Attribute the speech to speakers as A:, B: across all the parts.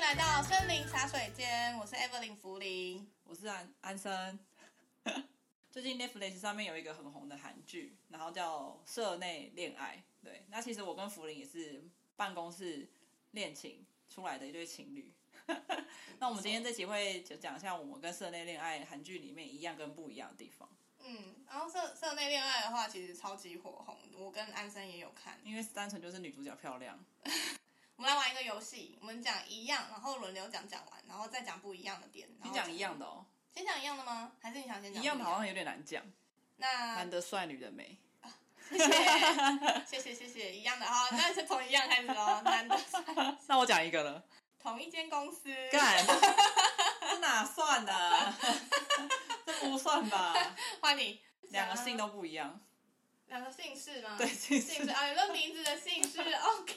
A: 来到森林茶水间，我是 Evelyn 福林。
B: 我是安安生。 最近 Netflix 上面有一个很红的韩剧，然后叫《社内恋爱》。对，那其实我跟福林也是办公室恋情出来的一对情侣。 那我们今天这期会就讲一下我们跟《社内恋爱》韩剧里面一样跟不一样的地方，
A: 嗯，然后社社内恋爱的话，其实超级火红，我跟安生也有看。
B: 因为单纯就是女主角漂亮。
A: 我们来玩一个游戏，我们讲一样，然后轮流讲讲完，然后再讲不一样的点。然
B: 你
A: 后
B: 讲一样的哦，
A: 先讲一样的吗？还是你想先讲
B: 一样
A: 不
B: 的好像有点难讲，
A: 那
B: 男的帅，女的美。
A: 谢谢谢谢谢谢，一样的好，那是从一样开始哦。男的
B: 那我讲一个了，
A: 同一间公司，
B: 干， 这哪算呢、 这不算吧？
A: 换你
B: 两个姓都不一样。
A: 两个姓氏吗？
B: 对，，其
A: 姓氏
B: 实
A: 啊，有个名字的姓氏，OK。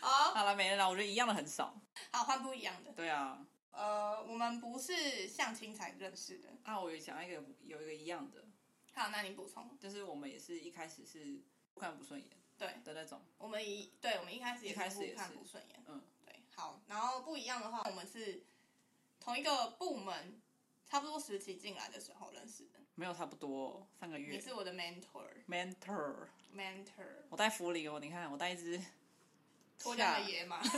A: 好
B: 好了，没人了，我觉得一样的很少。
A: 好换不一样的。
B: 对啊，
A: 呃，我们不是相亲才认识的。
B: 啊，我有想一个有一个一样的，
A: 好，那你补充。
B: 就是我们也是一开始是不看不顺眼
A: 对，
B: 的那种，
A: 我们一对我们一开始也
B: 一开始
A: 是
B: 也
A: 不看
B: 是
A: 不顺眼。
B: 嗯，
A: 对，好，然后不一样的话，我们是同一个部门，差不多时期进来的时候认识的。
B: 没有差不多哦三个
A: 你
B: 月。
A: 是我的 mentor，mentor
B: mentor，
A: mentor,
B: 我带啊福林哦，你看我带一只
A: 脱缰
B: 下
A: 的野 马，狮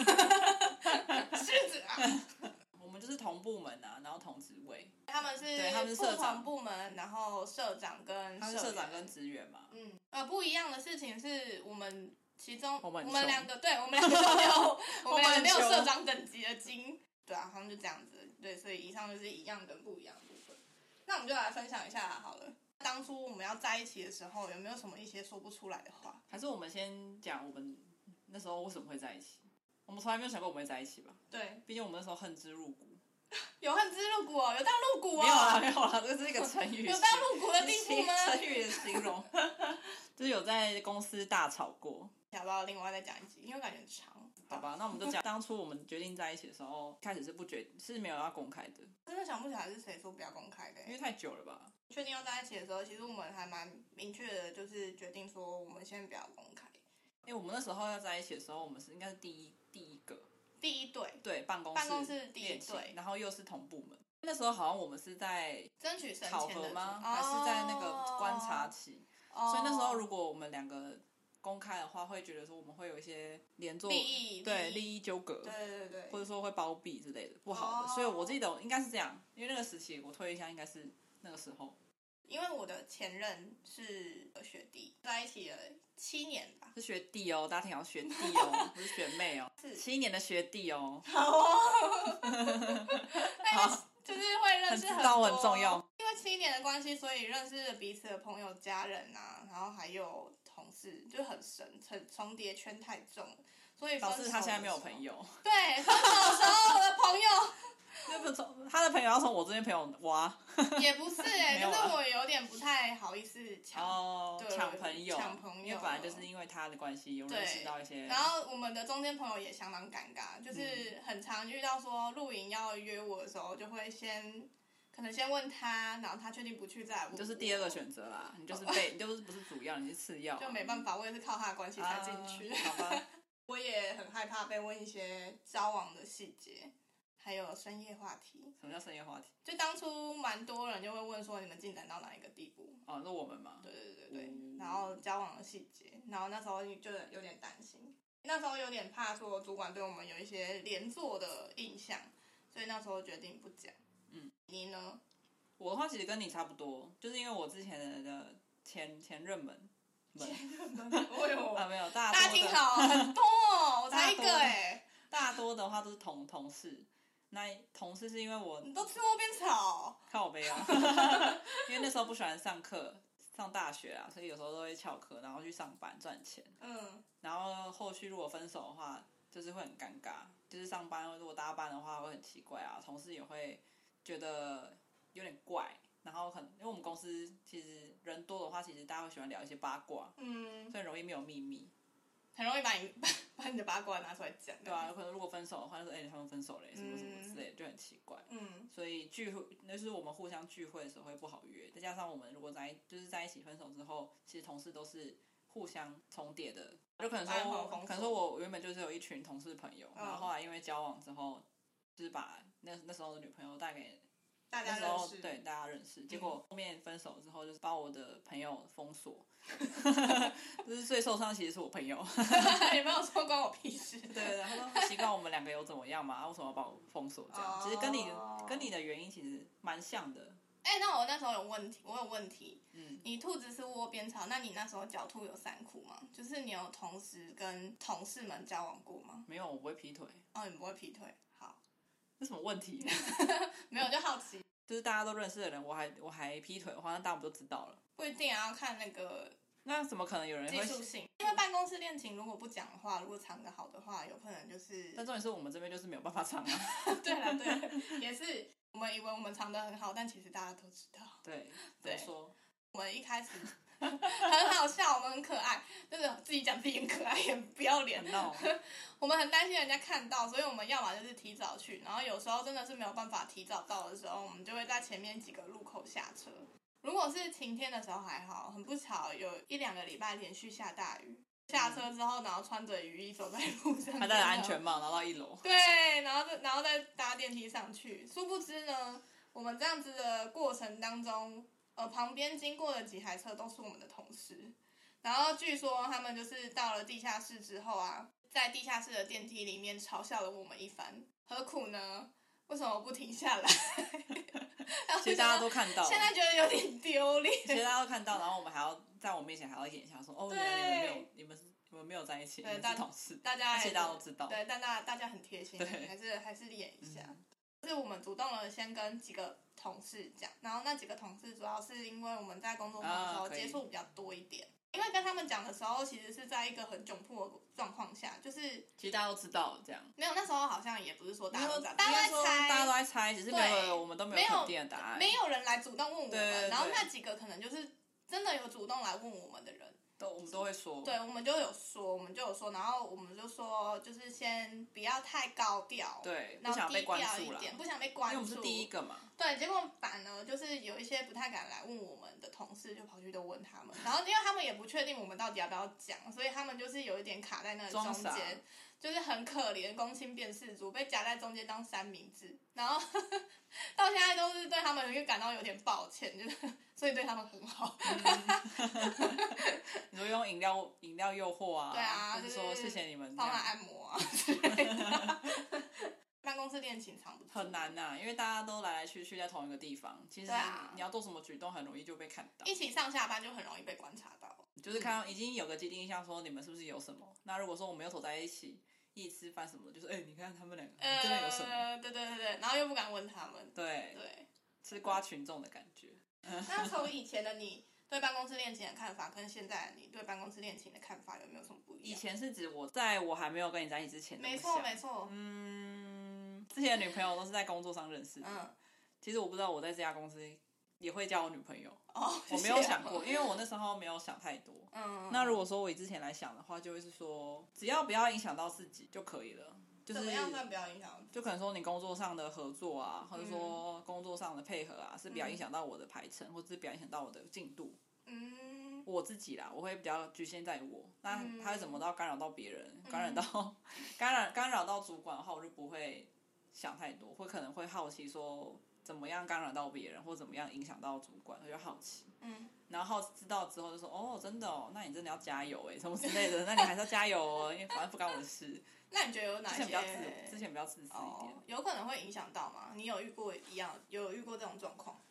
A: 子啊！
B: 我们就是同部门啊，然后同职位，
A: 他们是
B: 对他们是
A: 不
B: 社长
A: 同部门，然后社长跟
B: 他是社长
A: 员
B: 跟职员嘛，
A: 嗯，呃，不一样的事情是我们其中
B: 我们很
A: 们
B: 穷
A: 两个，对我们两个都没 有，我们两个没有
B: 我们很穷
A: 社长等级的金，对啊，好像就这样子，对，所以以上就是一样跟不一样的部分。那我们就来分享一下好了，当初我们要在一起的时候，有没有什么一些说不出来的话？
B: 还是我们先讲我们那时候为什么会在一起？我们从来没有想过我们会在一起吧？
A: 对，
B: 毕竟我们那时候恨之入骨。
A: 有恨之入骨哦，有到入骨
B: 没有啊啦，
A: 哦，
B: 没有啦，这是一 个成语。
A: 有到入骨 的地步 吗？
B: 成语的形容，就是有在公司大吵过。
A: 要不要另外再讲一集？因为我感觉很长，
B: 好吧，那我们就讲当初我们决定在一起的时候，开始是不决是没有要公开的，
A: 真的想不起来是谁说不要公开的、欸
B: 因为太久了吧。
A: 确定要在一起的时候，其实我们还蛮明确的，就是决定说我们先不要公开。
B: 因为我们那时候要在一起的时候，我们是应该是第一第一个
A: 第一对，
B: 对办公室
A: 办公室第一
B: 恋情
A: 对
B: 然后又是同部门。那时候好像我们是在
A: 争取升
B: 考
A: 迁
B: 核
A: 的
B: 吗？
A: 时候
B: 还是在那个观察？期？
A: 哦
B: 所以那时候如果我们两个公开的话，会觉得说我们会有一些连坐
A: 利益利
B: 对
A: 益
B: 利益纠葛，
A: 对对对
B: 或
A: 对，
B: 者说会包庇之类的，不好的。
A: 哦
B: 所以我记得应该是这样，因为那个时期我推一下，应该是那个时候
A: 因为我的前任是学弟，在一起了七年吧。
B: 是学弟哦，大家听好，学弟哦，不是学妹哦，
A: 是
B: 七年的学弟哦，
A: 好哦，但是
B: 好
A: 就是会认识
B: 很
A: 很
B: 知道
A: 多
B: 我很重要，
A: 因为七年的关系，所以认识了彼此的朋友、家人啊，然后还有同事，就很深，很重叠圈太重了，所以分
B: 导
A: 手
B: 致他现在没有
A: 的时候
B: 朋。友，
A: 对，分手的时候我的朋友
B: 那不从他的朋友要从我这边朋友挖
A: 也不是哎、
B: 没
A: 就
B: 有啊
A: 是我有点不太好意思抢。
B: 哦
A: 对，
B: 抢朋友，
A: 抢朋友
B: 因为本来就是因为他的关系，有认识到一些嗯
A: 然后我们的中间朋友也相当尴尬，就是很常遇到说露营要约我的时候，就会先可能先问他，然后他确定不去再来问我，
B: 你就是第二个选择啦，你就是 被，你就是不是主要，你是次要啊，
A: 就没办法，我也是靠他的关系才进去。
B: 啊好吧，
A: 我也很害怕被问一些交往的细节，还有深夜话题。
B: 什么叫深夜话题？
A: 就当初蛮多人就会问说你们进展到哪一个地步？
B: 哦，那我们嘛，
A: 对对对对，
B: 嗯
A: 然后交往的细节，然后那时候就有点担心，那时候有点怕说主管对我们有一些连坐的印象，所以那时候决定不讲。
B: 嗯，
A: 你呢？
B: 我的话其实跟你差不多，就是因为我之前的前前任们们
A: 我有
B: 啊没有大
A: 大家
B: 多
A: 听
B: 的
A: 好， 很多哦，我才一个
B: 大家多的
A: 哎、
B: 大多的话都是同同事。那同事是因为我
A: 你都吃窝边草，
B: 靠背啊， 因为那时候不喜欢上课，上大学啊，所以有时候都会翘课，然后去上班赚钱。
A: 嗯，
B: 然后后续如果分手的话，就是会很尴尬，就是上班如果搭班的话会很奇怪啊，同事也会觉得有点怪。然后很，因为我们公司其实人多的话，其实大家会喜欢聊一些八卦，
A: 嗯，
B: 所以容易没有秘密，
A: 很容易把你 把把你的八卦拿出来讲。
B: 对啊，有可能如果分手的话，就说哎、他们分手了，什么什么之类的，就很奇怪。
A: 嗯，
B: 所以聚会那就是我们互相聚会的时候会不好约，再加上我们如果在就是在一起分手之后，其实同事都是互相重叠的，就可能
A: 爱好
B: 说，
A: 封锁嗯
B: 可能说我原本就是有一群同事朋友，然后后来因为交往之后，就是把那那时候的女朋友带给
A: 大
B: 那
A: 家
B: 时
A: 认
B: 候
A: 识，嗯
B: 对大家认识，结果后面分手之后，就是把我的朋友封锁， 就是最受伤其实是我朋友，
A: 也没有说关我屁事。
B: 对对，对，他说奇怪，我们两个有怎么样嘛？啊为什么要把我封锁这样？其实跟你
A: 哦
B: 跟你的原因其实蛮像的，
A: 哎、那我那时候有问题，我有问题。
B: 嗯，
A: 你兔子是窝边草，那你那时候狡兔有三窟吗？就是你有同时跟同事们交往过吗？
B: 没有我不会劈腿，
A: 哦，你不会劈腿，好，
B: 这什么问题？
A: 没有就好奇，
B: 就是大家都认识的人，我还我还劈腿，好像大家都知道了，
A: 不一定啊，要看那个
B: 那怎么可能有人
A: 技
B: 会？
A: 术性。因为办公室恋情如果不讲的话，如果藏得好的话，有可能就是
B: 但重点是我们这边就是没有办法唱啊，
A: 对了，对， 也是我们以为我们藏得很好，但其实大家都知道。
B: 对，怎
A: 对
B: 么说？
A: 我们一开始 很好笑，我们很可爱，就是自己讲自己很可爱，也很不要脸
B: 很。 闹，
A: 我们很担心人家看到，所以我们要么就是提早去，然后有时候真的是没有办法提早到的时候，我们就会在前面几个路口下车。如果是晴天的时候还好，很不巧有一两个礼拜连续下大雨，下车之后然后穿着雨衣走在路上，
B: 还戴着安全帽，然后到 一楼，
A: 对，然后再然后再搭电梯上去。殊不知呢，我们这样子的过程当中，呃，旁边经过的几台车都是我们的同事。然后据说他们就是到了地下室之后啊，在地下室的电梯里面嘲笑了我们一番。何苦呢？为什么不停下来？
B: 其实大家都看到，
A: 现在觉得有点丢脸。
B: 其实大家都看到，然后我们还要在我面前还要演一下说，哦，原来你们没有，你们是你们没有在一起，你
A: 对
B: 们
A: 大
B: 是同事，
A: 大家
B: 而
A: 还
B: 且
A: 是
B: 大家都知道，
A: 对，但大大家很贴心，
B: 对
A: 还是还是演一下
B: 嗯。
A: 就是我们主动的先跟几个同事讲，然后那几个同事主要是因为我们在工作上的时候
B: 啊可以
A: 接触比较多一点，因为跟他们讲的时候，其实是在一个很窘迫的状况下，就是
B: 其实大家都知道这样。
A: 没有那时候好像也不是说大家都知道，
B: 应
A: 家
B: 该
A: 都
B: 说
A: 在猜，
B: 大家都在猜，只是没
A: 对
B: 有我们都没有肯定啊的答案。
A: 没有人来主动问我们，
B: 对对对
A: 然后那几个可能就是真的有主动来问我们的人。
B: 都我们都会说，
A: 对，我们就有说，我们就有说，然后我们就说，就是先不要太高调，
B: 对
A: 然
B: 不
A: 后
B: 想
A: 低
B: 被关
A: 调
B: 注
A: 一
B: 啦
A: 点，不想被
B: 因
A: 关
B: 为
A: 注。
B: 我们是第一个嘛，
A: 对，结果反而就是有一些不太敢来问我们的同事，就跑去都问他们，然后因为他们也不确定我们到底要不要讲，所以他们就是有一点卡在那个中
B: 装傻
A: 间，就是很可怜，公亲变世族被夹在中间当三明治，然后 到现在都是对他们又感到有点抱歉，就是所以对他们很好，
B: 你说用饮料饮料诱惑啊，
A: 对啊
B: 就是
A: 就
B: 说
A: 是
B: 谢谢你们这
A: 帮忙
B: 样，
A: 按摩啊之类 的。办公室恋情藏不住，
B: 很难呐、因为大家都来来去去在同一个地方，其实
A: 对啊
B: 你要做什么举动很容易就被看到，
A: 一起上下班就很容易被观察到。
B: 就是看到已经有个既定印象说你们是不是有什
A: 嗯
B: 么，那如果说我们又走在一起一起吃饭什么的，就是哎、你看他们两个真的有什么，
A: 呃，对对对对，然后又不敢问他们，
B: 对，
A: 对。
B: 吃瓜群众的感觉。
A: 那从以前的你对办公室恋情的看法，跟现在的你对办公室恋情的看法有没有什么不一
B: 以
A: 样？
B: 前是指我在我还没有跟你在一起之前，
A: 没错没错，
B: 嗯，之前的女朋友都是在工作上认识的。
A: 嗯，
B: 其实我不知道我在这家公司也会叫我女朋友，
A: 哦，
B: 我没
A: 谢
B: 有
A: 谢
B: 想过，因为我那时候没有想太多。
A: 嗯，
B: 那如果说我以之前来想的话，就会是说，只要不要影响到自己就可以了。就是
A: 怎么样算不要影响？
B: 就可能说你工作上的合作啊，或者说
A: 嗯
B: 工作上的配合啊，是比较影响到我的排程，或者是比较影响到我的进度。
A: 嗯，
B: 我自己啦，我会比较局限在我，那
A: 嗯
B: 他会怎么到干扰到别人，干扰到干扰干扰到主管的话，我就不会想太多，会可能会好奇说怎么样干扰到别人，或怎么样影响到主管，我就好奇。
A: 嗯，
B: 然后知道之后就说哦，真的哦，那你真的要加油哎，什么之类的，那 你还是要加油哦，因为反正不干我的 事。
A: 那你觉得有哪
B: 之
A: 些
B: 前比较自，之前比较自私一点
A: 哦，，有可能会影响到吗？你有遇过一样，有遇过这种状况？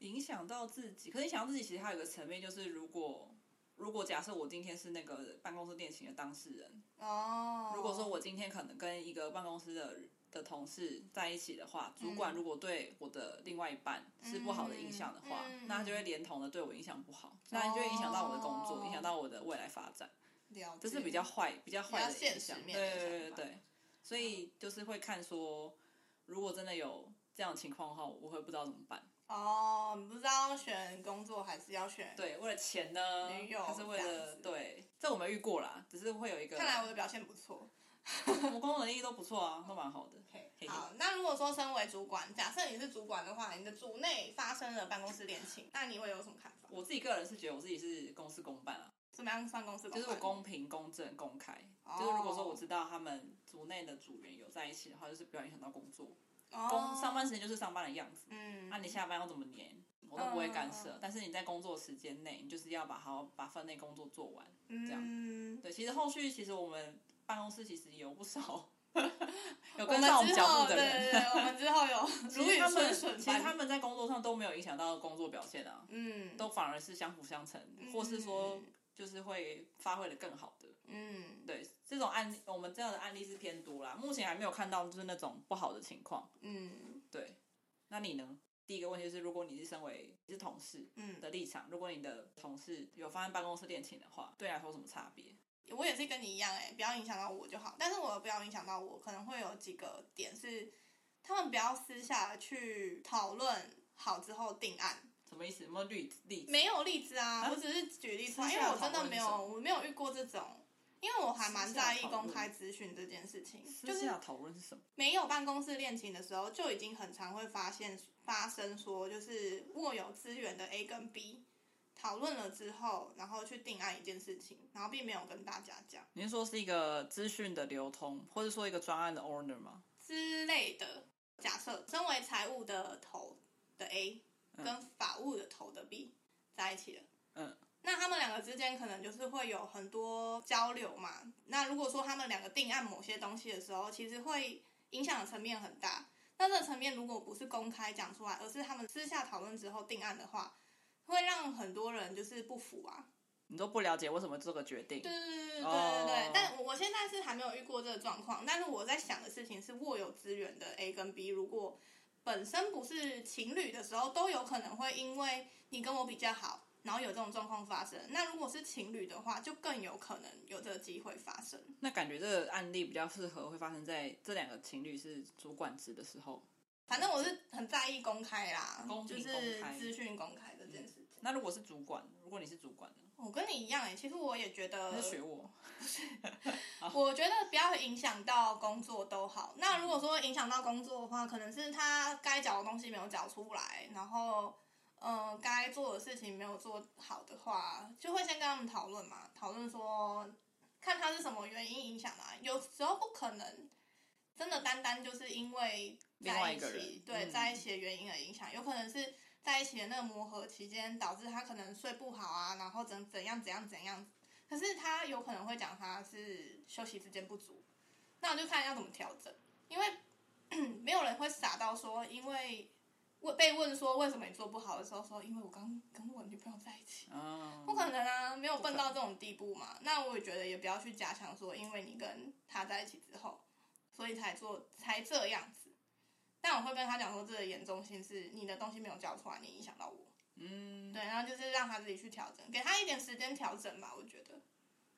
B: 影响到自己。可是影响到自己，其实还有一个层面，就是如果如果假设我今天是那个办公室恋情的当事人，
A: 哦，
B: 如果说我今天可能跟一个办公室的的同事在一起的话，主
A: 嗯
B: 管如果对我的另外一半是不好的影响的话，
A: 嗯嗯
B: 那他就会连同的对我影响不好，那你就会影响到我的工作，
A: 哦
B: 影响到我的未来发展，
A: 了解，
B: 这是比较坏、比较坏的
A: 比较
B: 影
A: 现
B: 响
A: 实。
B: 对
A: 面的
B: 对对对
A: 想法
B: 对，所以就是会看说，如果真的有这样的情况的话，我会不知道怎么办。
A: 哦，你不知道选工作还是要选？，
B: 对，为了钱呢
A: 女友，
B: 还是为
A: 这样
B: 了
A: 子
B: 对，这我没遇过啦，只是会有一个。
A: 看来我的表现不错。
B: 我们工作能力都不错啊，都蛮好的。嘿嘿
A: 好，那如果说身为主管，假设你是主管的话，你的组内发生了办公室恋情，那你会有什么看法？
B: 我自己个人是觉得我自己是公事公办啊，
A: 怎么样上公司？
B: 就是我公平、公正、公开。
A: 哦
B: 就是如果说我知道他们组内的组员有在一起的话，就是不要影响到工作。工
A: 哦，
B: 上班时间就是上班的样子，
A: 嗯，
B: 那、你下班要怎么黏，我都不会干涉。
A: 嗯
B: 但是你在工作时间内，你就是要把好把分内工作做完。这样
A: 嗯，
B: 对，其实后续其实我们办公室其实有 不少有
A: 我
B: 跟
A: 们
B: 上我们
A: 之
B: 脚
A: 后
B: 步的
A: 对对
B: 人。
A: 对，我们之后 有
B: 其
A: 如
B: 实
A: 雨
B: 他
A: 春
B: 们
A: 笋
B: 其实他
A: 般，
B: 们在工作上都没有影响到工作表现啊，
A: 嗯，
B: 都反而是相辅相成，或是说就是会发挥的更好的。
A: 嗯
B: 对，这种案例我们这样的案例是偏多啦，目前还没有看到就是那种不好的情况。
A: 嗯
B: 对，那你呢？第一个问题就是，如果你是身为你是同事
A: 嗯，
B: 的立场，如果你的同事有发生办公室恋情的话，对你来说有什么差别？
A: 我也是跟你一样哎、不要影响到我就好。但是我不要影响到我，可能会有几个点是，他们不要私下去讨论好之后定案。
B: 什么意思？有没有例例子？
A: 没有例子啊，
B: 啊
A: 我只是举例出来，
B: 私
A: 因
B: 下
A: 为我真
B: 讨
A: 的
B: 论
A: 没
B: 是什
A: 有，
B: 么
A: 我没有遇过这种，因为我还蛮在意
B: 私下讨论
A: 公开资讯这件事情，就
B: 私
A: 是
B: 下讨论是什么？
A: 没有办公室恋情的时候，就已经很常会发现发生说，就是握有资源的 A 跟 B 讨论了之后，然后去定案一件事情，然后并没有跟大家讲
B: 你是说是一个资讯的流通，或者说一个专案的 owner 吗？
A: 之类的。假设身为财务的头的 A
B: 嗯
A: 跟法务的头的 B 在一起了。
B: 嗯，
A: 那他们两个之间可能就是会有很多交流嘛。那如果说他们两个定案某些东西的时候，其实会影响的层面很大。那这个层面如果不是公开讲出来，而是他们私下讨论之后定案的话，会让很多人就是不服啊。
B: 你都不了解为什么这个决定
A: 对对对对对对对，对
B: 哦
A: 但我我现在是还没有遇过这个状况，但是我在想的事情是，握有资源的 A 跟 B，如果本身不是情侣的时候，都有可能会因为你跟我比较好，然后有这种状况发生。那如果是情侣的话，就更有可能有这个机会发生。
B: 那感觉这个案例比较适合会发生在这两个情侣是主管职的时候。
A: 反正我是很在意公开啦，
B: 公平
A: 就是
B: 公开嗯
A: 资讯公开这件事情。
B: 那如果是主管，如果你是主管呢？
A: 我跟你一样哎、其实我也觉得
B: 你是学我，
A: 我觉得不要影响到工作都好。那如果说影响到工作的话，可能是他该缴的东西没有缴出来，然后呃该做的事情没有做好的话，就会先跟他们讨论嘛，讨论说看他是什么原因影响啦、有时候不可能真的单单就是因为
B: 另
A: 在
B: 外
A: 一
B: 一个人
A: 起，对，
B: 嗯
A: 在一起的原因而影响，有可能是。在一起的那个磨合期间，导致他可能睡不好啊，然后怎怎样怎样怎样可是他有可能会讲他是休息时间不足，那我就看要怎么调整，因为 没有人会傻到说，因为问被问说为什么你做不好的时候说，因为我刚跟我女朋友在一起，
B: 嗯，
A: 不可能啊，没有
B: 不可
A: 笨到这种地步嘛。那我也觉得也不要去假想说，因为你跟他在一起之后，所以才做才这样子。但我会跟他讲说，这个严重性是你的东西没有交出来，你影响到我。
B: 嗯，
A: 对，然后就是让他自己去调整，给他一点时间调整吧，我觉得。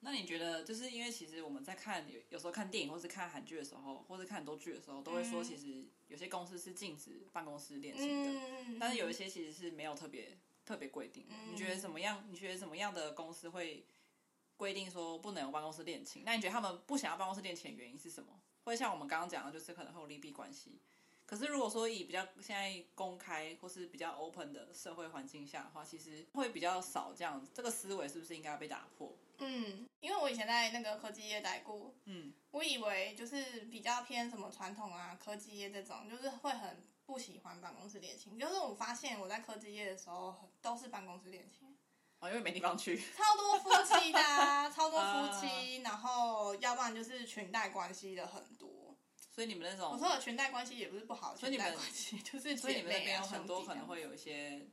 B: 那你觉得，就是因为其实我们在看有有时候看电影，或是看韩剧的时候，或是看很多剧的时候，都会说，
A: 嗯
B: 其实有些公司是禁止办公室恋情的，
A: 嗯，
B: 但是有一些其实是没有特别特别规定的。
A: 嗯
B: 你觉得怎么样？你觉得怎么样的公司会规定说不能有办公室恋情？那你觉得他们不想要办公室恋情的原因是什么？会像我们刚刚讲的，就是可能会有利弊关系。可是如果说以比较现在公开或是比较 open 的社会环境下的话，其实会比较少这样子。这个思维是不是应该要被打破？
A: 嗯，因为我以前在那个科技业待过，
B: 嗯，
A: 我以为就是比较偏什么传统啊、科技业这种，就是会很不喜欢办公室恋情。就是我发现我在科技业的时候都是办公室恋情，
B: 哦，因为没地方去。
A: 超多夫妻的、 啊，超多夫妻，然后要不然就是裙带关系的很多。
B: 所以你们那种，
A: 我说的裙带关系也不是不好，
B: 所
A: 裙
B: 以你们
A: 带关系就是
B: 所以你
A: 姐
B: 们那
A: 妹
B: 边
A: 啊、
B: 有很多
A: 兄弟这
B: 可能
A: 样
B: 会有一些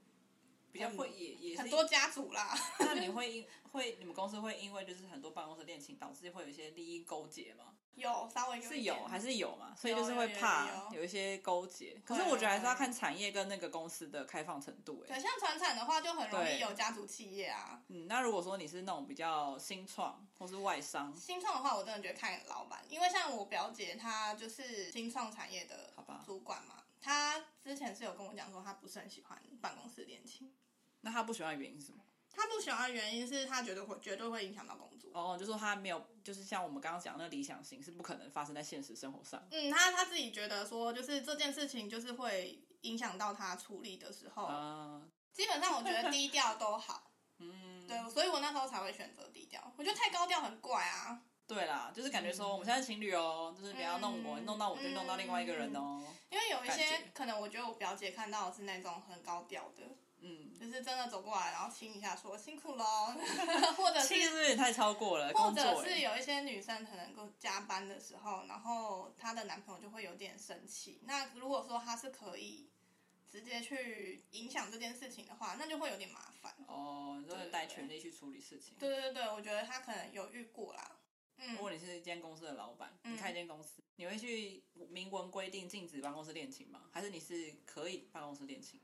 B: 比较会也也是
A: 很多家族啦。
B: 那你会因会你们公司会因为就是很多办公室恋情导致会有一些利益勾结吗？
A: 有稍微有
B: 是
A: 一
B: 有
A: 点
B: 还是有嘛？所以
A: 有
B: 就是
A: 有
B: 会
A: 有
B: 怕
A: 有
B: 有一些勾结。可
A: 会
B: 是
A: 啊
B: 我觉得还是
A: 会啊
B: 要看产业跟那个公司的开放程度、欸。
A: 对，像传产的话就很容易
B: 对
A: 有家族企业啊。
B: 嗯，那如果说你是那种比较新创或是外商，
A: 新创的话，我真的觉得看老板，因为像我表姐她就是新创产业的
B: 好吧
A: 主管嘛，她之前是有跟我讲说她不是很喜欢办公室恋情，
B: 那他不喜欢的原因是什么？
A: 她不喜欢的原因是她觉得会绝对会影响到工作。
B: 哦，就说他没有，就是像我们刚刚讲的那理想型是不可能发生在现实生活上。
A: 嗯，她她自己觉得说，就是这件事情就是会影响到她处理的时候，
B: 啊、
A: 基本上我觉得低调都好。
B: 嗯，
A: 嗯对，所以我那时候才会选择低调，我觉得太高调很怪啊。
B: 对啦，就是感觉说我们现在是情侣哦，就是不要弄我，
A: 嗯
B: 弄到我就弄到另外一个人哦。
A: 因为有一
B: 感
A: 些
B: 觉
A: 可能，我觉得我表姐看到的是那种很高调的，
B: 嗯，
A: 就是真的走过来，然后亲一下说辛 苦喽，或者
B: 其实
A: 是
B: 是不是有点太超过了，
A: 或
B: 工
A: 者
B: 作
A: 是
B: 欸
A: 哎有一些女生可能够加班的时候，然后她的男朋友就会有点生气。那如果说她是可以直接去影响这件事情的话，那就会有点麻烦。
B: 哦，你都
A: 对
B: 是
A: 对
B: 带
A: 对
B: 权力去处理事情。
A: 对对对，我觉得她可能有遇过啦。
B: 如
A: 嗯，
B: 果你是一间公司的老板，
A: 嗯
B: 你开一间公司，你会去明文规定禁止办公室恋情吗？还是你是可以办公室恋情？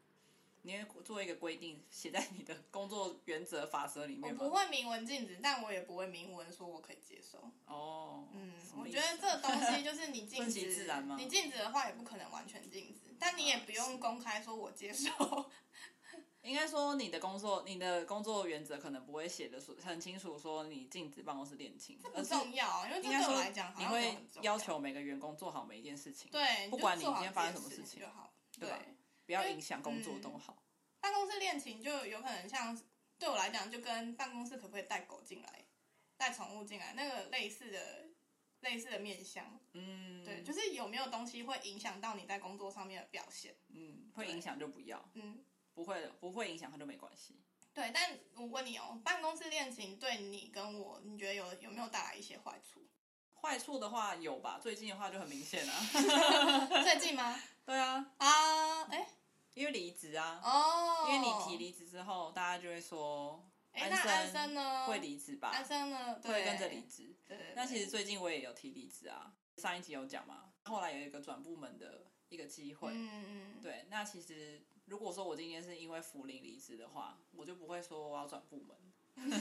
B: 你会做一个规定写在你的工作原则法则里
A: 我
B: 面
A: 不
B: 吗？
A: 会明文禁止，但我也不会明文说我可以接受。
B: 哦，
A: 嗯，
B: 什么
A: 我
B: 意
A: 觉
B: 思
A: 得这东西就是你禁
B: 顺其
A: 止，
B: 自然吗
A: 你禁止的话也不可能完全禁止，但你也不用公开说我接受。
B: 应该说你的工作，你的工作原则可能不会写的说很清楚，说你禁止办公室恋情，
A: 不
B: 而是
A: 重要，啊因为这
B: 应该
A: 对我
B: 说
A: 来讲好
B: 你
A: 像没有
B: 会
A: 很重
B: 要求每个员工做好每一件事情，
A: 对，
B: 不
A: 就
B: 管你
A: 做
B: 今
A: 好
B: 天
A: 自
B: 发
A: 己
B: 生什么
A: 的
B: 事
A: 情
B: 情
A: 就好。
B: 对
A: 对，
B: 吧不要
A: 因为
B: 影响工作都
A: 嗯
B: 好。
A: 办公室恋情就有可能像对我来讲，就跟办公室可不可以带狗进来、带宠物进来那个类似的、类似的面向。
B: 嗯，
A: 对，就是有没有东西会影响到你在工作上面的表现。
B: 嗯，会
A: 对
B: 影响就不要，
A: 嗯，
B: 不会不会影响它就没关系。
A: 对。但我问你哦，办公室恋情对你跟我，你觉得有有没有带来一些坏处？
B: 坏处的话有吧，最近的话就很明显啊。
A: 最近吗？
B: 对啊，
A: 啊，哎、
B: 因为离职啊，
A: 哦，
B: 因为你提离职之后，大家就会说
A: 哎、那安生呢？
B: 会离职吧，
A: 安生呢？对，
B: 会跟着离职。
A: 对。对对
B: 那其实最近我也有提离职啊，上一集有讲嘛，后来有一个转部门的一个机会。
A: 嗯嗯，嗯，
B: 对，那其实如果说我今天是因为福林离职的话，我就不会说我要转部门，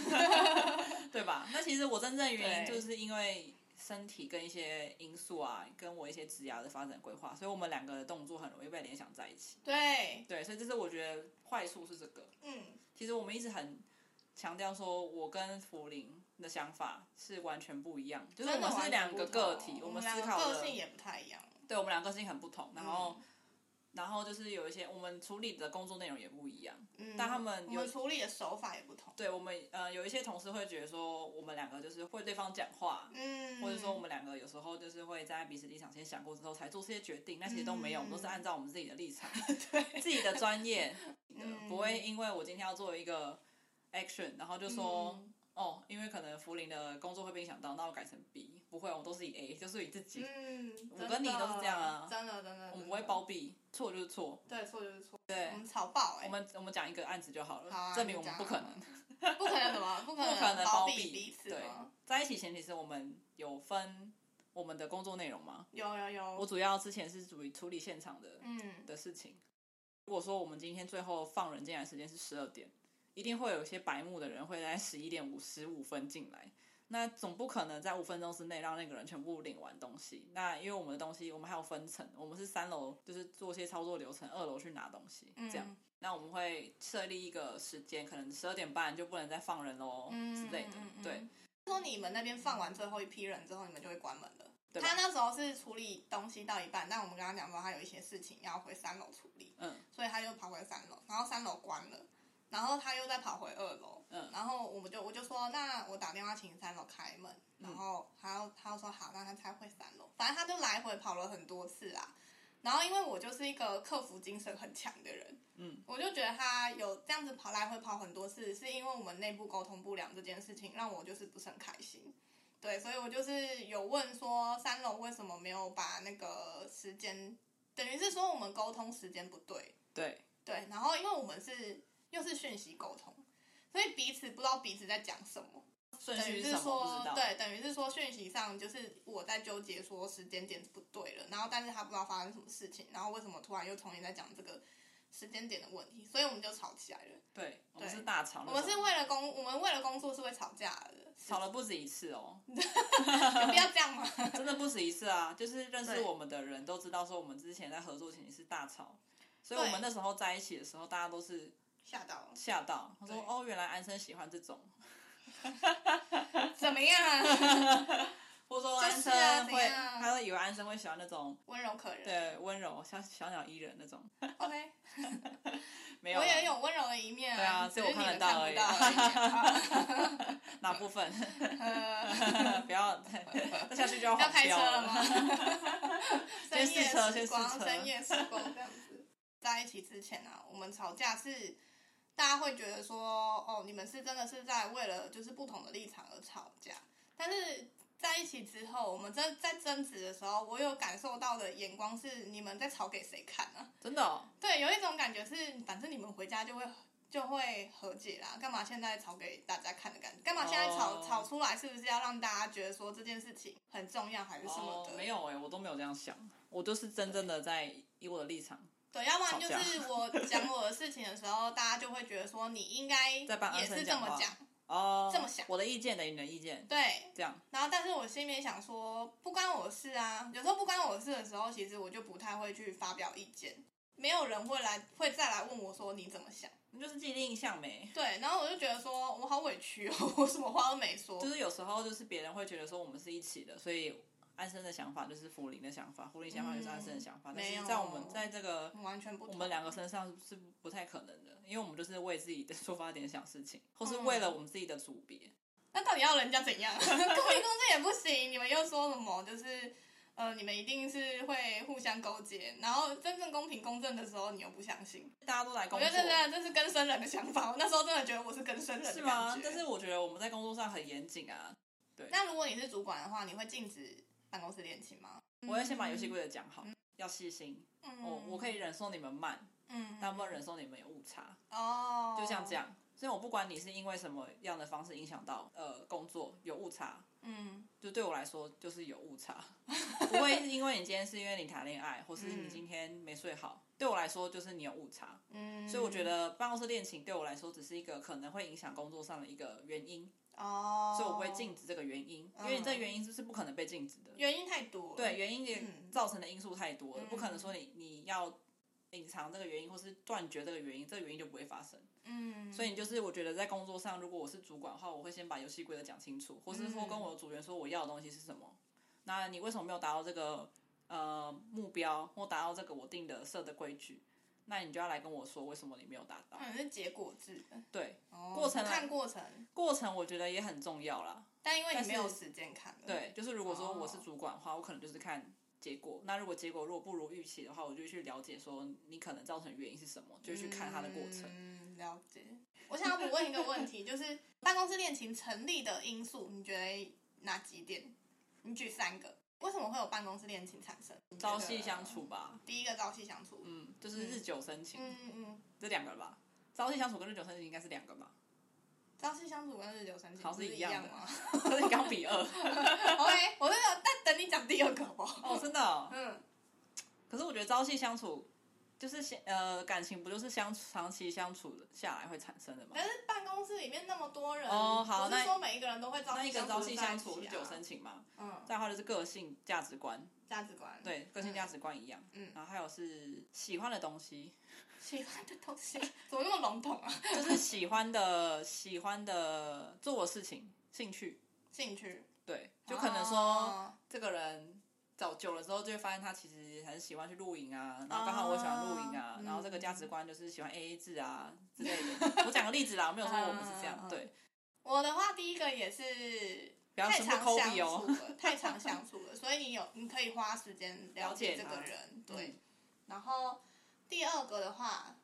B: 对吧？那其实我真正的原因
A: 对
B: 就是因为身体跟一些因素啊，跟我一些职涯的发展规划，所以我们两个的动作很容易被联想在一起。
A: 对，
B: 对，所以这是我觉得坏处是这个。
A: 嗯，
B: 其实我们一直很强调说，我跟福林的想法是完全不一样，就是我
A: 真的
B: 们
A: 完全
B: 是两个
A: 不同
B: 个体，
A: 我
B: 们
A: 两
B: 思
A: 个
B: 考的
A: 个性也不嗯太一样。
B: 对我们两个个性很不同，然后、然后就是有一些我们处理的工作内容也不一样。
A: 嗯，
B: 但他们
A: 我
B: 有
A: 们处理的手法也不同。
B: 对我们呃有一些同事会觉得说我们两个就是会对方讲话，
A: 嗯，
B: 或者说我们两个有时候就是会在彼此立场先想过之后才做这些决定，那其实都没有，我们都是按照我们自己的立场、 自己的专业，
A: 嗯
B: 不会因为我今天要做一个 action，然后就说。
A: 嗯
B: 哦，因为可能福林的工作会被影响到，那我改成 B，不会，我们都是以 A，就是以自己，
A: 嗯，
B: 我跟你都是这样啊
A: 真的真的真的，
B: 我们不会包庇，错就是错，
A: 对错就是错，
B: 对，
A: 我们吵爆哎，
B: 我们我们讲一个案子就好了，
A: 好啊
B: 证明我们不可能，
A: 能，不可能什么，不可
B: 不可能
A: 包
B: 庇
A: 彼此
B: 对
A: 吗？，
B: 在一起前提是我们有分我们的工作内容吗？
A: 有有
B: 我
A: 有，
B: 主要之前是属于处理现场的、
A: 嗯，
B: 的事情。如果说我们今天最后放人进来的时间是十二点，一定会有一些白目的人会在十一点五十五分进来。那总不可能在五分钟之内让那个人全部领完东西。那因为我们的东西，我们还有分层，我们是三楼就是做些操作流程，二楼去拿东西，
A: 嗯
B: 这样。那我们会设立一个时间，可能十二点半就不能再放人喽、
A: 嗯
B: 之类的
A: 嗯嗯，嗯
B: 对
A: 说你们那边放完最后一批人之后，你们就会关门了。
B: 对吧
A: 他那时候是处理东西到一半，但我们跟他讲说他有一些事情要回三楼处理，
B: 嗯，
A: 所以他就跑回三楼，然后三楼关了，然后他又再跑回二楼，
B: 嗯
A: 然后我们就我就说那我打电话请三楼开门，
B: 嗯
A: 然后他又他又说好，那他才回三楼，反正他就来回跑了很多次啊。然后因为我就是一个客服精神很强的人，
B: 嗯，
A: 我就觉得他有这样子跑来回跑很多次，是因为我们内部沟通不良这件事情让我就是不是很开心。对，所以我就是有问说三楼为什么没有把那个时间，等于是说我们沟通时间不对，
B: 对，
A: 对，然后因为我们是又是讯息沟通，所以彼此不知道彼此在讲什么，
B: 顺
A: 等
B: 序
A: 于是
B: 是什么不
A: 说
B: 知道，
A: 对，等于是说讯息上就是我在纠结说时间点不对了，然后但是他不知道发生什么事情，然后为什么突然又重新在讲这个时间点的问题，所以我们就吵起来了。
B: 对，我们
A: 对
B: 是大吵那
A: 我
B: 种，
A: 们是为了工，我们为了工作是会吵架的，
B: 吵了不止一 次哦，
A: 有必要这样吗？
B: 真的不止一次啊！就是认识
A: 对
B: 我们的人都知道，说我们之前在合作前是大吵，所以我
A: 对
B: 们那时候在一起的时候，大家都是
A: 吓到了，
B: 吓到，他说
A: 对
B: 哦，原来安生喜欢这种，
A: 怎么样啊？
B: 或者说
A: 就
B: 安
A: 是
B: 生
A: 啊怎
B: 会，
A: 样
B: 他会以为安生会喜欢那种呃
A: 温柔可人。
B: 对温柔小小鸟依人那种，
A: OK，
B: 没有
A: 我
B: 啦，
A: 也有温柔的一里面
B: 对啊
A: 只
B: 只有
A: 是
B: 我
A: 你们
B: 看得
A: 看
B: 到
A: 不
B: 而已
A: 到 而已。
B: 哪部分？
A: 呃，
B: 不要， 再下去就要
A: 要
B: 黄
A: 开车
B: 标
A: 了吗？
B: 先
A: 深夜
B: 试车先
A: 时
B: 试
A: 光，
B: 车
A: 深夜时光这样子。在一起之前啊，我们吵架是大家会觉得说，哦，你们是真的是在为了就是不同的立场而吵架。但是在一起之后，我们真在争执的时候，我有感受到的眼光是你们在吵给谁看啊？
B: 真的哦、
A: 对，有一种感觉是，反正你们回家就会就会和解啦，干嘛现在吵给大家看的感觉？干嘛现在吵、
B: 哦
A: 吵出来，是不是要让大家觉得说这件事情很重要还是什么
B: 哦
A: 的？，
B: 没有哎、我都没有这样想，我就是真正的在以我的立场，
A: 对，要不然就
B: 吵架
A: 是我讲我的事情的时候，大家就会觉得说你应该
B: 在帮安
A: 也
B: 生
A: 是这
B: 讲
A: 么
B: 话
A: 讲，
B: 哦，
A: 这么想
B: 我的意见等于你的意见，
A: 对。
B: 这样
A: 然后，但是我心里面想说，不关我事啊。有时候不关我事的时候，其实我就不太会去发表意见，没有人会来会再来问我说你怎么想。
B: 那就是既定印象没。
A: 对，然后我就觉得说，我好委屈哦，我什么话都没说。
B: 就是有时候就是别人会觉得说我们是一起的，所以安生的想法就是福林的想法，福林想法就是安生的想法，
A: 嗯
B: 但
A: 没有
B: 是在我们在这个
A: 完全不同。
B: 我们两个身上是不不太可能的，因为我们就是为自己的出发点想事情，
A: 嗯
B: 或是为了我们自己的组别。
A: 那到底要人家怎 样？公平公正也不行。你们又说什么？就是呃，你们一定是会互相勾结，然后真正公平公正的时候，你又不相信。
B: 大家都来
A: 我
B: 工
A: 觉
B: 作
A: 得，这真的这是跟生人的想法。我 那时候真的觉得我是跟生人的感觉。
B: 是吗？但是我觉得我们在工作上很严谨啊，
A: 那如果你是主管的话，你会禁止办公室恋情吗？
B: 我要先把游戏规则讲好，要细心。
A: 嗯，
B: 我我可以忍受你们慢，
A: 嗯，
B: 但不能忍受你们有误差。
A: 哦，
B: 就像这，样，所以我不管你是因为什么样的方式影响到呃工作有误差，
A: 嗯
B: 就对我来说就是有误差， 不会是因为你今天是因为你谈恋爱，或是你
A: 嗯
B: 今天没睡好，对我来说就是你有误差。
A: 嗯，
B: 所以我觉得办公室恋情对我来说只是一个可能会影响工作上的一个原因，
A: 哦，嗯
B: 所以我不会禁止这个原因，因为你这个原因是不可能被禁止的。
A: 原因太多了，
B: 对，原因也
A: 嗯
B: 造成的因素太多了，
A: 嗯
B: 不可能说你你要隐藏这个原因，或是断绝这个原因，这个原因就不会发生。
A: 嗯，
B: 所以你就是我觉得在工作上，如果我是主管的话，我会先把游戏规则讲清楚，或是说
A: 嗯
B: 跟我的组员说我要的东西是什么。那你为什么没有达到这个呃目标，或达到这个我定的设的规矩？那你就要来跟我说为什么你没有达到。
A: 嗯是结果制的，
B: 对，
A: 哦
B: 过程啊
A: 看过程，
B: 过程我觉得也很重要啦。
A: 但因为
B: 但
A: 你
B: 是
A: 没有时间看了，
B: 对，就是如果说
A: 哦
B: 我是主管的话，我可能就是看结果。那如果结果如果不如预期的话，我就去了解说你可能造成的原因是什么，就去看它的过程。
A: 嗯，了解。我想要补问一个问 题，就是办公室恋情成立的因素，你觉得哪几点？你举三个。为什么会有办公室恋情产生？你觉
B: 朝
A: 得嗯
B: 夕相，处吧，
A: 第一个朝夕相处。
B: 嗯，就是日久生情。
A: 啊嗯嗯嗯，
B: 这两个吧。朝夕相处跟日久生情应该是两个吧？
A: 朝夕相处跟日久生情
B: 好像
A: 不
B: 是
A: 是
B: 一
A: 样
B: 样的
A: 吗
B: 可是你刚比二
A: ？OK，我那个但等你讲第二个好不好？
B: 哦，真的哦、
A: 嗯，
B: 可是我觉得朝夕相处就是先呃感情不就是相长期相处下来会产生的吗
A: 但？是办公室里面那么多人，
B: 哦好
A: 不是
B: 那
A: 说每一个人都会朝
B: 那
A: 夕
B: 一个
A: 相
B: 朝
A: 处就
B: 夕
A: 在
B: 相
A: 一起
B: 处日久
A: 啊
B: 生情嘛，
A: 嗯，
B: 再来的话就是个性价值观，
A: 价值观，
B: 对，个性价值观一样。
A: 嗯
B: 然后还有是喜欢的东西，
A: 喜欢的东西，怎么那么笼统啊？
B: 就是喜欢的 喜欢的做的事情、兴趣，
A: 兴趣，
B: 对，就可能说
A: 哦
B: 这个人找久了之后，就会发现他其实很喜欢去露营啊，然后刚好我也喜欢露营啊，
A: 哦
B: 然后这个价值观就是喜欢 AA 制啊之类的。我讲个例子啦，我没有说我们是这样，
A: 嗯嗯嗯
B: 对，
A: 我的话，第一个也是
B: 不要
A: 太
B: 全部
A: 常相
B: copy
A: 处
B: 哦。
A: 了，太常相处了，所以你有你可以花时间了解这个人，
B: 了解他嗯
A: 对。然后第二个的话，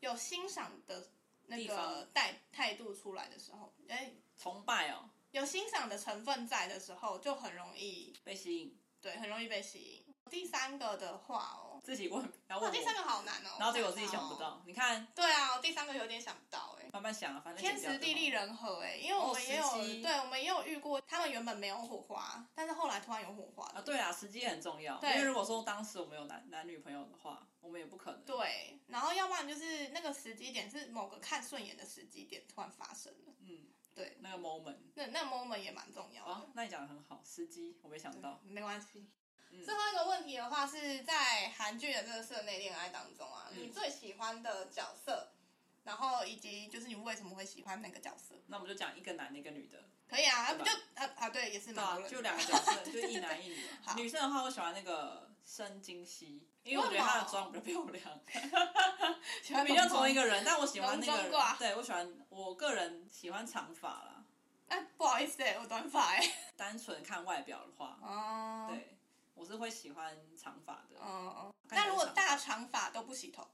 A: 有欣赏的那
B: 地
A: 个
B: 方
A: 态态度出来的时候，哎、
B: 崇拜哦，
A: 有欣赏的成分在的时候，就很容易
B: 被吸引，
A: 对，很容易被吸引。第三个的话哦，
B: 自己问，然后
A: 哇，
B: 问
A: 第
B: 我
A: 三，个好难哦，
B: 然后结果自己想不
A: 哦。
B: 到。你看，
A: 对啊，我第三个有点想不到哎、
B: 慢慢想啊，反正
A: 天
B: 剪掉
A: 时
B: 就
A: 地
B: 好
A: 利人和哎、因为我
B: 哦
A: 们也
B: 时
A: 有、
B: 机
A: 对，我们也有遇过，他们原本没有火花，但是后来突然有火花的。
B: 啊，对啊，时机很重要。因
A: 对
B: 为如果说当时我们有男男女朋友的话，我们也不可能。
A: 对，然后要不然就是那个时机点是某个看顺眼的时机点突然发生了，
B: 嗯，
A: 对，
B: 那个 moment
A: 那那 moment 也蛮重要的。
B: 啊，那你讲的很好，时机我没想到。
A: 没关系。
B: 嗯
A: 最后一个问题的话，是在韩剧的这个社内恋爱当中啊，
B: 嗯
A: 你最喜欢的角色，然后以及就是你为什么会喜欢那个角色？
B: 那我们就讲一个男的，一个女的。
A: 可以啊，啊
B: 对
A: 不
B: 吧
A: 就啊啊对，也是
B: 对
A: 蛮
B: 啊
A: 多人，的
B: 就两个角色，就一男一女
A: 好
B: 啊。女生的话，我喜欢那个申京熙，因为我觉得她的妆比较漂 亮，
A: 喜欢
B: 比较同一个人，但我喜欢
A: 浓
B: 那个
A: 妆
B: 人
A: 挂，
B: 对我喜欢，我个人喜欢长发啦。
A: 哎、不好意思哎、我短发哎、
B: 单纯看外表的话，
A: 哦，
B: 对我是会喜欢长发的，
A: 哦，哦
B: 看起来
A: 那如果
B: 长
A: 大长发都不洗头，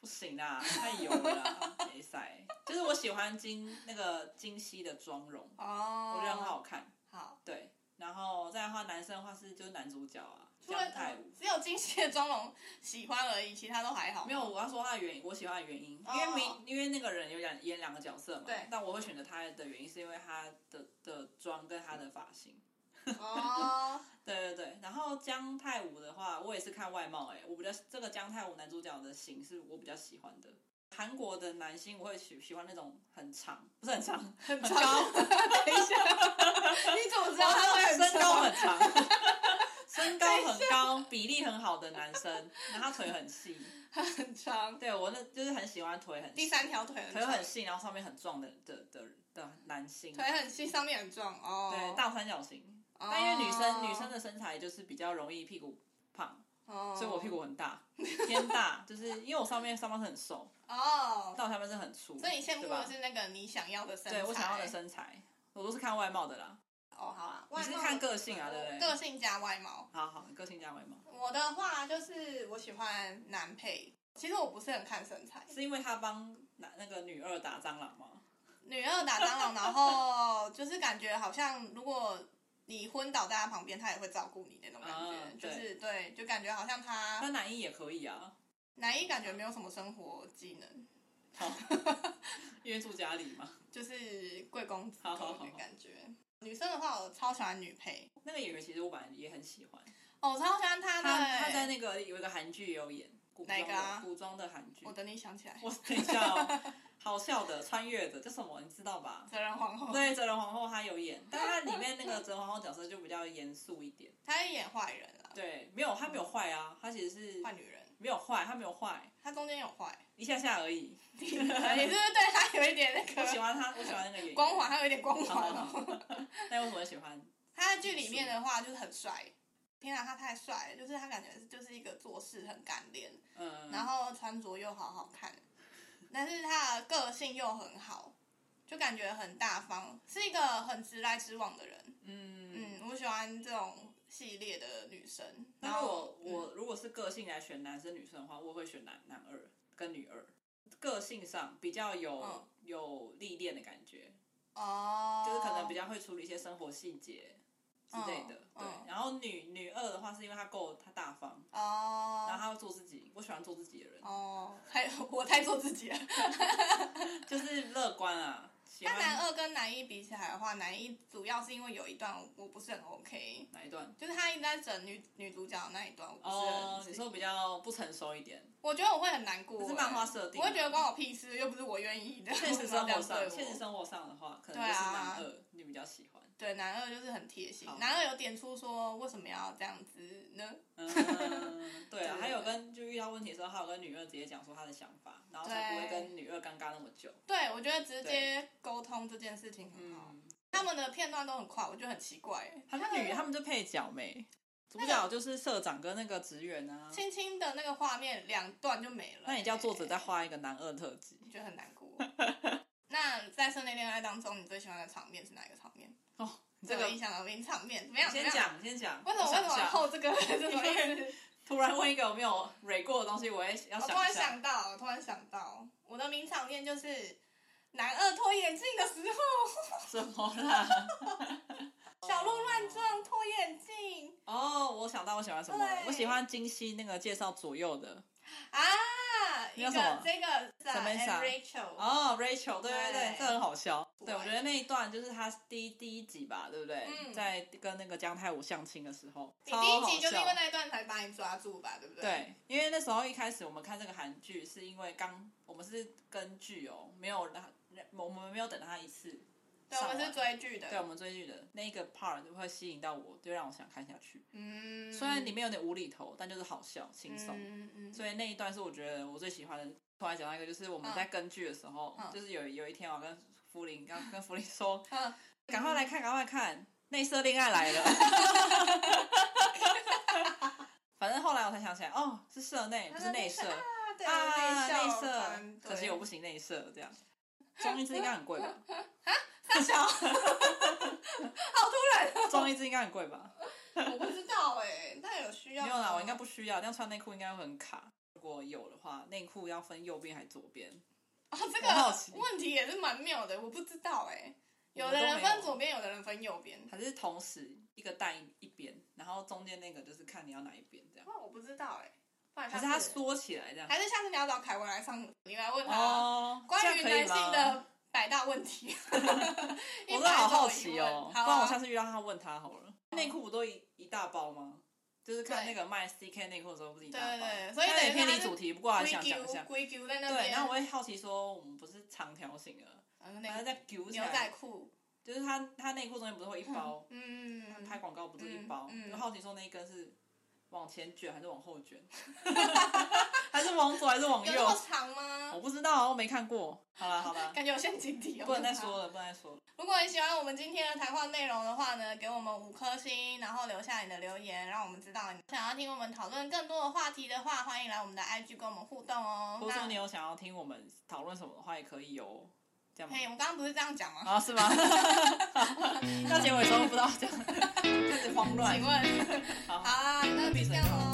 B: 不行啦，太油了啦， 没塞。就是我喜欢精那个精细的妆容，
A: 哦，
B: 我觉得很好看。
A: 好。
B: 对，然后再来的话，男生的话是就是男主角啊，
A: 除了
B: 姜泰武。
A: 只有精细的妆容喜欢而已，其他都还好。
B: 没有，我要说他的原因，我喜欢的原因，因为明、因为那个人有两演两个角色嘛，
A: 对
B: 但我会选择他的原因是因为他的的妆跟他的发型，
A: 哦，
B: 对对对。然后姜泰武的话，我也是看外貌、欸，我比较这个姜泰武男主角的型是我比较喜欢的。韩国的男星我会喜喜欢那种很长，不是很长，
A: 很
B: 很
A: 长。
B: 高，
A: 等一下， 你怎么 知道他会很
B: 身高
A: 长
B: 很 长，身高很高，比例很好的男生，然后他腿很细，
A: 很长？
B: 对我那就是很喜欢腿很细
A: 第三条腿很
B: 腿
A: 长，
B: 很细，然后上面很壮的的的的男性，
A: 腿很细，上面很壮哦。
B: 对大三角形。
A: 哦，
B: 但因为女生女生的身材就是比较容易屁股胖，
A: 哦，
B: 所以我屁股很大，偏大， 就是因为我上面上半身很瘦，
A: 哦，
B: 但我下半身很粗。
A: 所以你羡慕
B: 对吧
A: 的是那个你想要的身材。
B: 对我想要的身材，我都是看外貌的啦。
A: 哦，好啊，
B: 你是
A: 外貌
B: 看个性啊对不对
A: 个性加外貌。
B: 好好，个性加外貌，
A: 我的话就是我喜欢男配，其实我不是很看身材。
B: 是因为他帮男那个女二打蟑螂吗？
A: 女二打蟑螂，然后就是感觉好像如果你昏倒在他旁边，他也会照顾你那种感觉，
B: 嗯
A: 就是对，就感觉好像他
B: 但男一也可以啊，
A: 男一感觉没有什么生活技能，
B: 好，因为住家里嘛。
A: 就是贵公子
B: 好好好
A: 的感觉。女生的话，我超喜欢女配，
B: 那个演员其实我本来也很喜欢，
A: 哦，我超喜欢她的
B: 他
A: 欸。
B: 他在那个有一个韩剧也有演古装
A: 哪个啊
B: 的古装的韩剧
A: 我，等你想起来，
B: 我等一下哦，好笑的穿越的叫什么你知道吧？
A: 责任皇后，
B: 对，哲人皇后她有演，但她里面 那个哲人皇后角色就比较严肃一点。
A: 她演坏人啊，
B: 对，没有她没有坏啊，她其实是
A: 坏女人，
B: 没有坏，她没有坏，
A: 她中间有坏，
B: 一下下而 已。
A: 你是不是对她有一点那
B: 我喜
A: 个
B: 欢她，我喜欢那个演员
A: 光环，。她有一点光环
B: 好好
A: 哦。
B: 那为什么喜欢？
A: 他在剧里面的话就是很帅，天啊，他太帅了，就是他感觉就是一个做事很干练，
B: 嗯，
A: 然后穿着又好好看，但是他的个性又很好，就感觉很大方，是一个很直来直往的人。
B: 嗯。
A: 嗯，我喜欢这种系列的女生。然
B: 然后
A: 后
B: 我我如果是个性来选男生女生的话，我会选男男二跟女二，个性上比较有、
A: 嗯
B: 有历练的感觉，
A: 哦，
B: 就是可能比较会处理一些生活细节之类的。
A: 嗯
B: 对，
A: 嗯
B: 然后女女二的话，是因为她够她大方，然后
A: 哦
B: 她会做自己，我喜欢做自己的人，
A: 哦，太我太做自己了。
B: 就是乐观啊，喜
A: 那男
B: 欢
A: 二跟男一比起来的话，男一主要是因为有一段我不是很 OK。
B: 哪一段？
A: 就是他一直在整女女主角那一段，我不是很
B: 哦，你说比较不成熟一点，
A: 我觉得我会很难过、
B: 可
A: 欸，
B: 是漫画设定
A: 我
B: 啊、
A: 会觉得关我屁事，又不是我愿意的。
B: 现实生活上，
A: 为什么要这样对我
B: 现实生活上的话，可能
A: 对
B: 就是
A: 啊
B: 男二、你比较喜欢。
A: 对男二就是很贴心
B: 好，
A: 男二有点出说为什么要这样子呢？
B: 嗯，对啊，
A: 对
B: 还有跟就遇到问题的时候，还有跟女二直接讲说她的想法，然后才不会跟女二尴尬那么久。
A: 对，我觉得直接沟通这件事情很好。
B: 嗯，
A: 他们的片段都很快，我觉得很奇怪、欸。
B: 他们女他们就配角没，主角就是社长跟那个职员啊。
A: 轻轻的那个画面两段就没了、
B: 那也叫作者在画一个男二特辑
A: 欸，觉得很难过。 那在室内恋爱当中，你最喜欢的场面是哪一个场面？
B: 哦。你这个
A: 最有印象的名场面怎么样？
B: 先
A: 怎么样。
B: 讲，先讲。
A: 为什么
B: 我
A: 为
B: 想
A: 什
B: 一
A: 么
B: 下
A: 后这个 是什么意思？
B: 突然问一个我没有蕊过的东西，我也要
A: 我突
B: 想一
A: 然
B: 下。
A: 想到，我突然想到，我的名场面就是男二脱眼镜的时候，
B: 什么啦？
A: 小鹿乱撞脱眼镜
B: 哦，我想到我喜欢什么了，
A: 对
B: 我喜欢金熙那个介绍左右的。
A: 啊，一
B: 你有
A: 个
B: 什么
A: 这个是啊
B: Samantha
A: and Rachel，
B: 哦，Rachel，对对对
A: 对，
B: 这很好笑。
A: 对
B: 对，我觉得那一段就是他第一第一集吧，对不对？
A: 嗯
B: 在跟那个姜泰武相亲的时候，
A: 你
B: 超
A: 第一
B: 好
A: 集就是因为
B: 笑。
A: 那一段才把你抓住吧，对不对？
B: 对，因为那时候一开始我们看这个韩剧，是因为刚我们是跟剧哦，没有让我们没有等他一次。
A: 对，我们是
B: 上
A: 追
B: 完
A: 剧的，
B: 对我们追剧的那个 part 就会吸引到我，就让我想看下去。
A: 嗯，
B: 虽然里面有点无厘头，但就是好笑轻松。
A: 嗯嗯，
B: 所以那一段是我觉得我最喜欢的。突然讲到一个，就是我们
A: 嗯
B: 在跟剧的时候，
A: 嗯
B: 就是有有一天我跟福林刚跟福林说，
A: 嗯
B: 赶快 来看，赶快来看，内射恋爱来了。反正后来我才想起来，哦，是社内，不是内射
A: 啊，对，
B: 啊，
A: 内
B: 内
A: 校
B: 射
A: 班，
B: 可惜我不行内 射，这样。装一支应该很贵吧？
A: 大小，
B: 装一支应该很贵吧？
A: 我不知道哎、但有需要
B: 没有啦，
A: 吗
B: 我应该不需要。这样穿内裤应该会很卡。如果有的话，内裤要分右边还是左边？
A: 哦，这
B: 我好奇
A: 个问题也是蛮妙的，我不知道哎、有的人分左边，有的人分右边。
B: 还是同时一个蛋一一边，然后中间那个就是看你要哪一边这样？
A: 那我不知道哎、不然
B: 还
A: 下次
B: 是它缩起来这样？
A: 还是下次你要找凯文来上，你来问他、
B: 哦，
A: 关于
B: 这样可以
A: 男
B: 吗
A: 性，的百大问 题。
B: 我
A: 一
B: 真
A: 百
B: 的
A: 种
B: 好好
A: 疑
B: 奇
A: 问
B: 哦。
A: 好啊啊
B: 不然我下次遇到他问他好了。内裤不都一一大包吗？就是看
A: 对
B: 那个卖 CK 内裤的时候，不是一大
A: 对
B: 包？
A: 对对，所以
B: 有点
A: 等于
B: 偏
A: 他
B: 离
A: 是
B: 主题，不过还想讲一下。
A: 龟揪在那边，
B: 对，然后我会好奇说，我们不是长条形的，
A: 然后
B: 然后
A: 那个
B: 再揪起
A: 嗯牛仔
B: 来，
A: 裤，
B: 就是它它内裤中间不是会一包？
A: 嗯，嗯
B: 拍广告不是一包，
A: 嗯嗯
B: 就好奇说那一根是往前卷还是往后卷， 还是往左还是往
A: 有那
B: 右
A: 么？长
B: 我
A: 吗？
B: 不知道，我没看过。好了 好了，
A: 感觉有陷阱题哦。
B: 不能再说了，不能再说了。
A: 如果你喜欢我们今天的谈话内容的话呢，给我们五颗星，然后留下你的留言，让我们知道你想要听我们讨论更多的话题的话，欢迎来我们的 IG 跟我们互动哦。
B: 或者说你有想要听我们讨论什么的话，也可以哦，这
A: 那
B: 样吗
A: 嘿，？哎我刚刚不是这样讲吗？
B: 啊，是吗？ 到结尾的时候不知道这样，开始慌乱
A: 嗯 请。问，
B: 好
A: 好。啊，那就这样喽。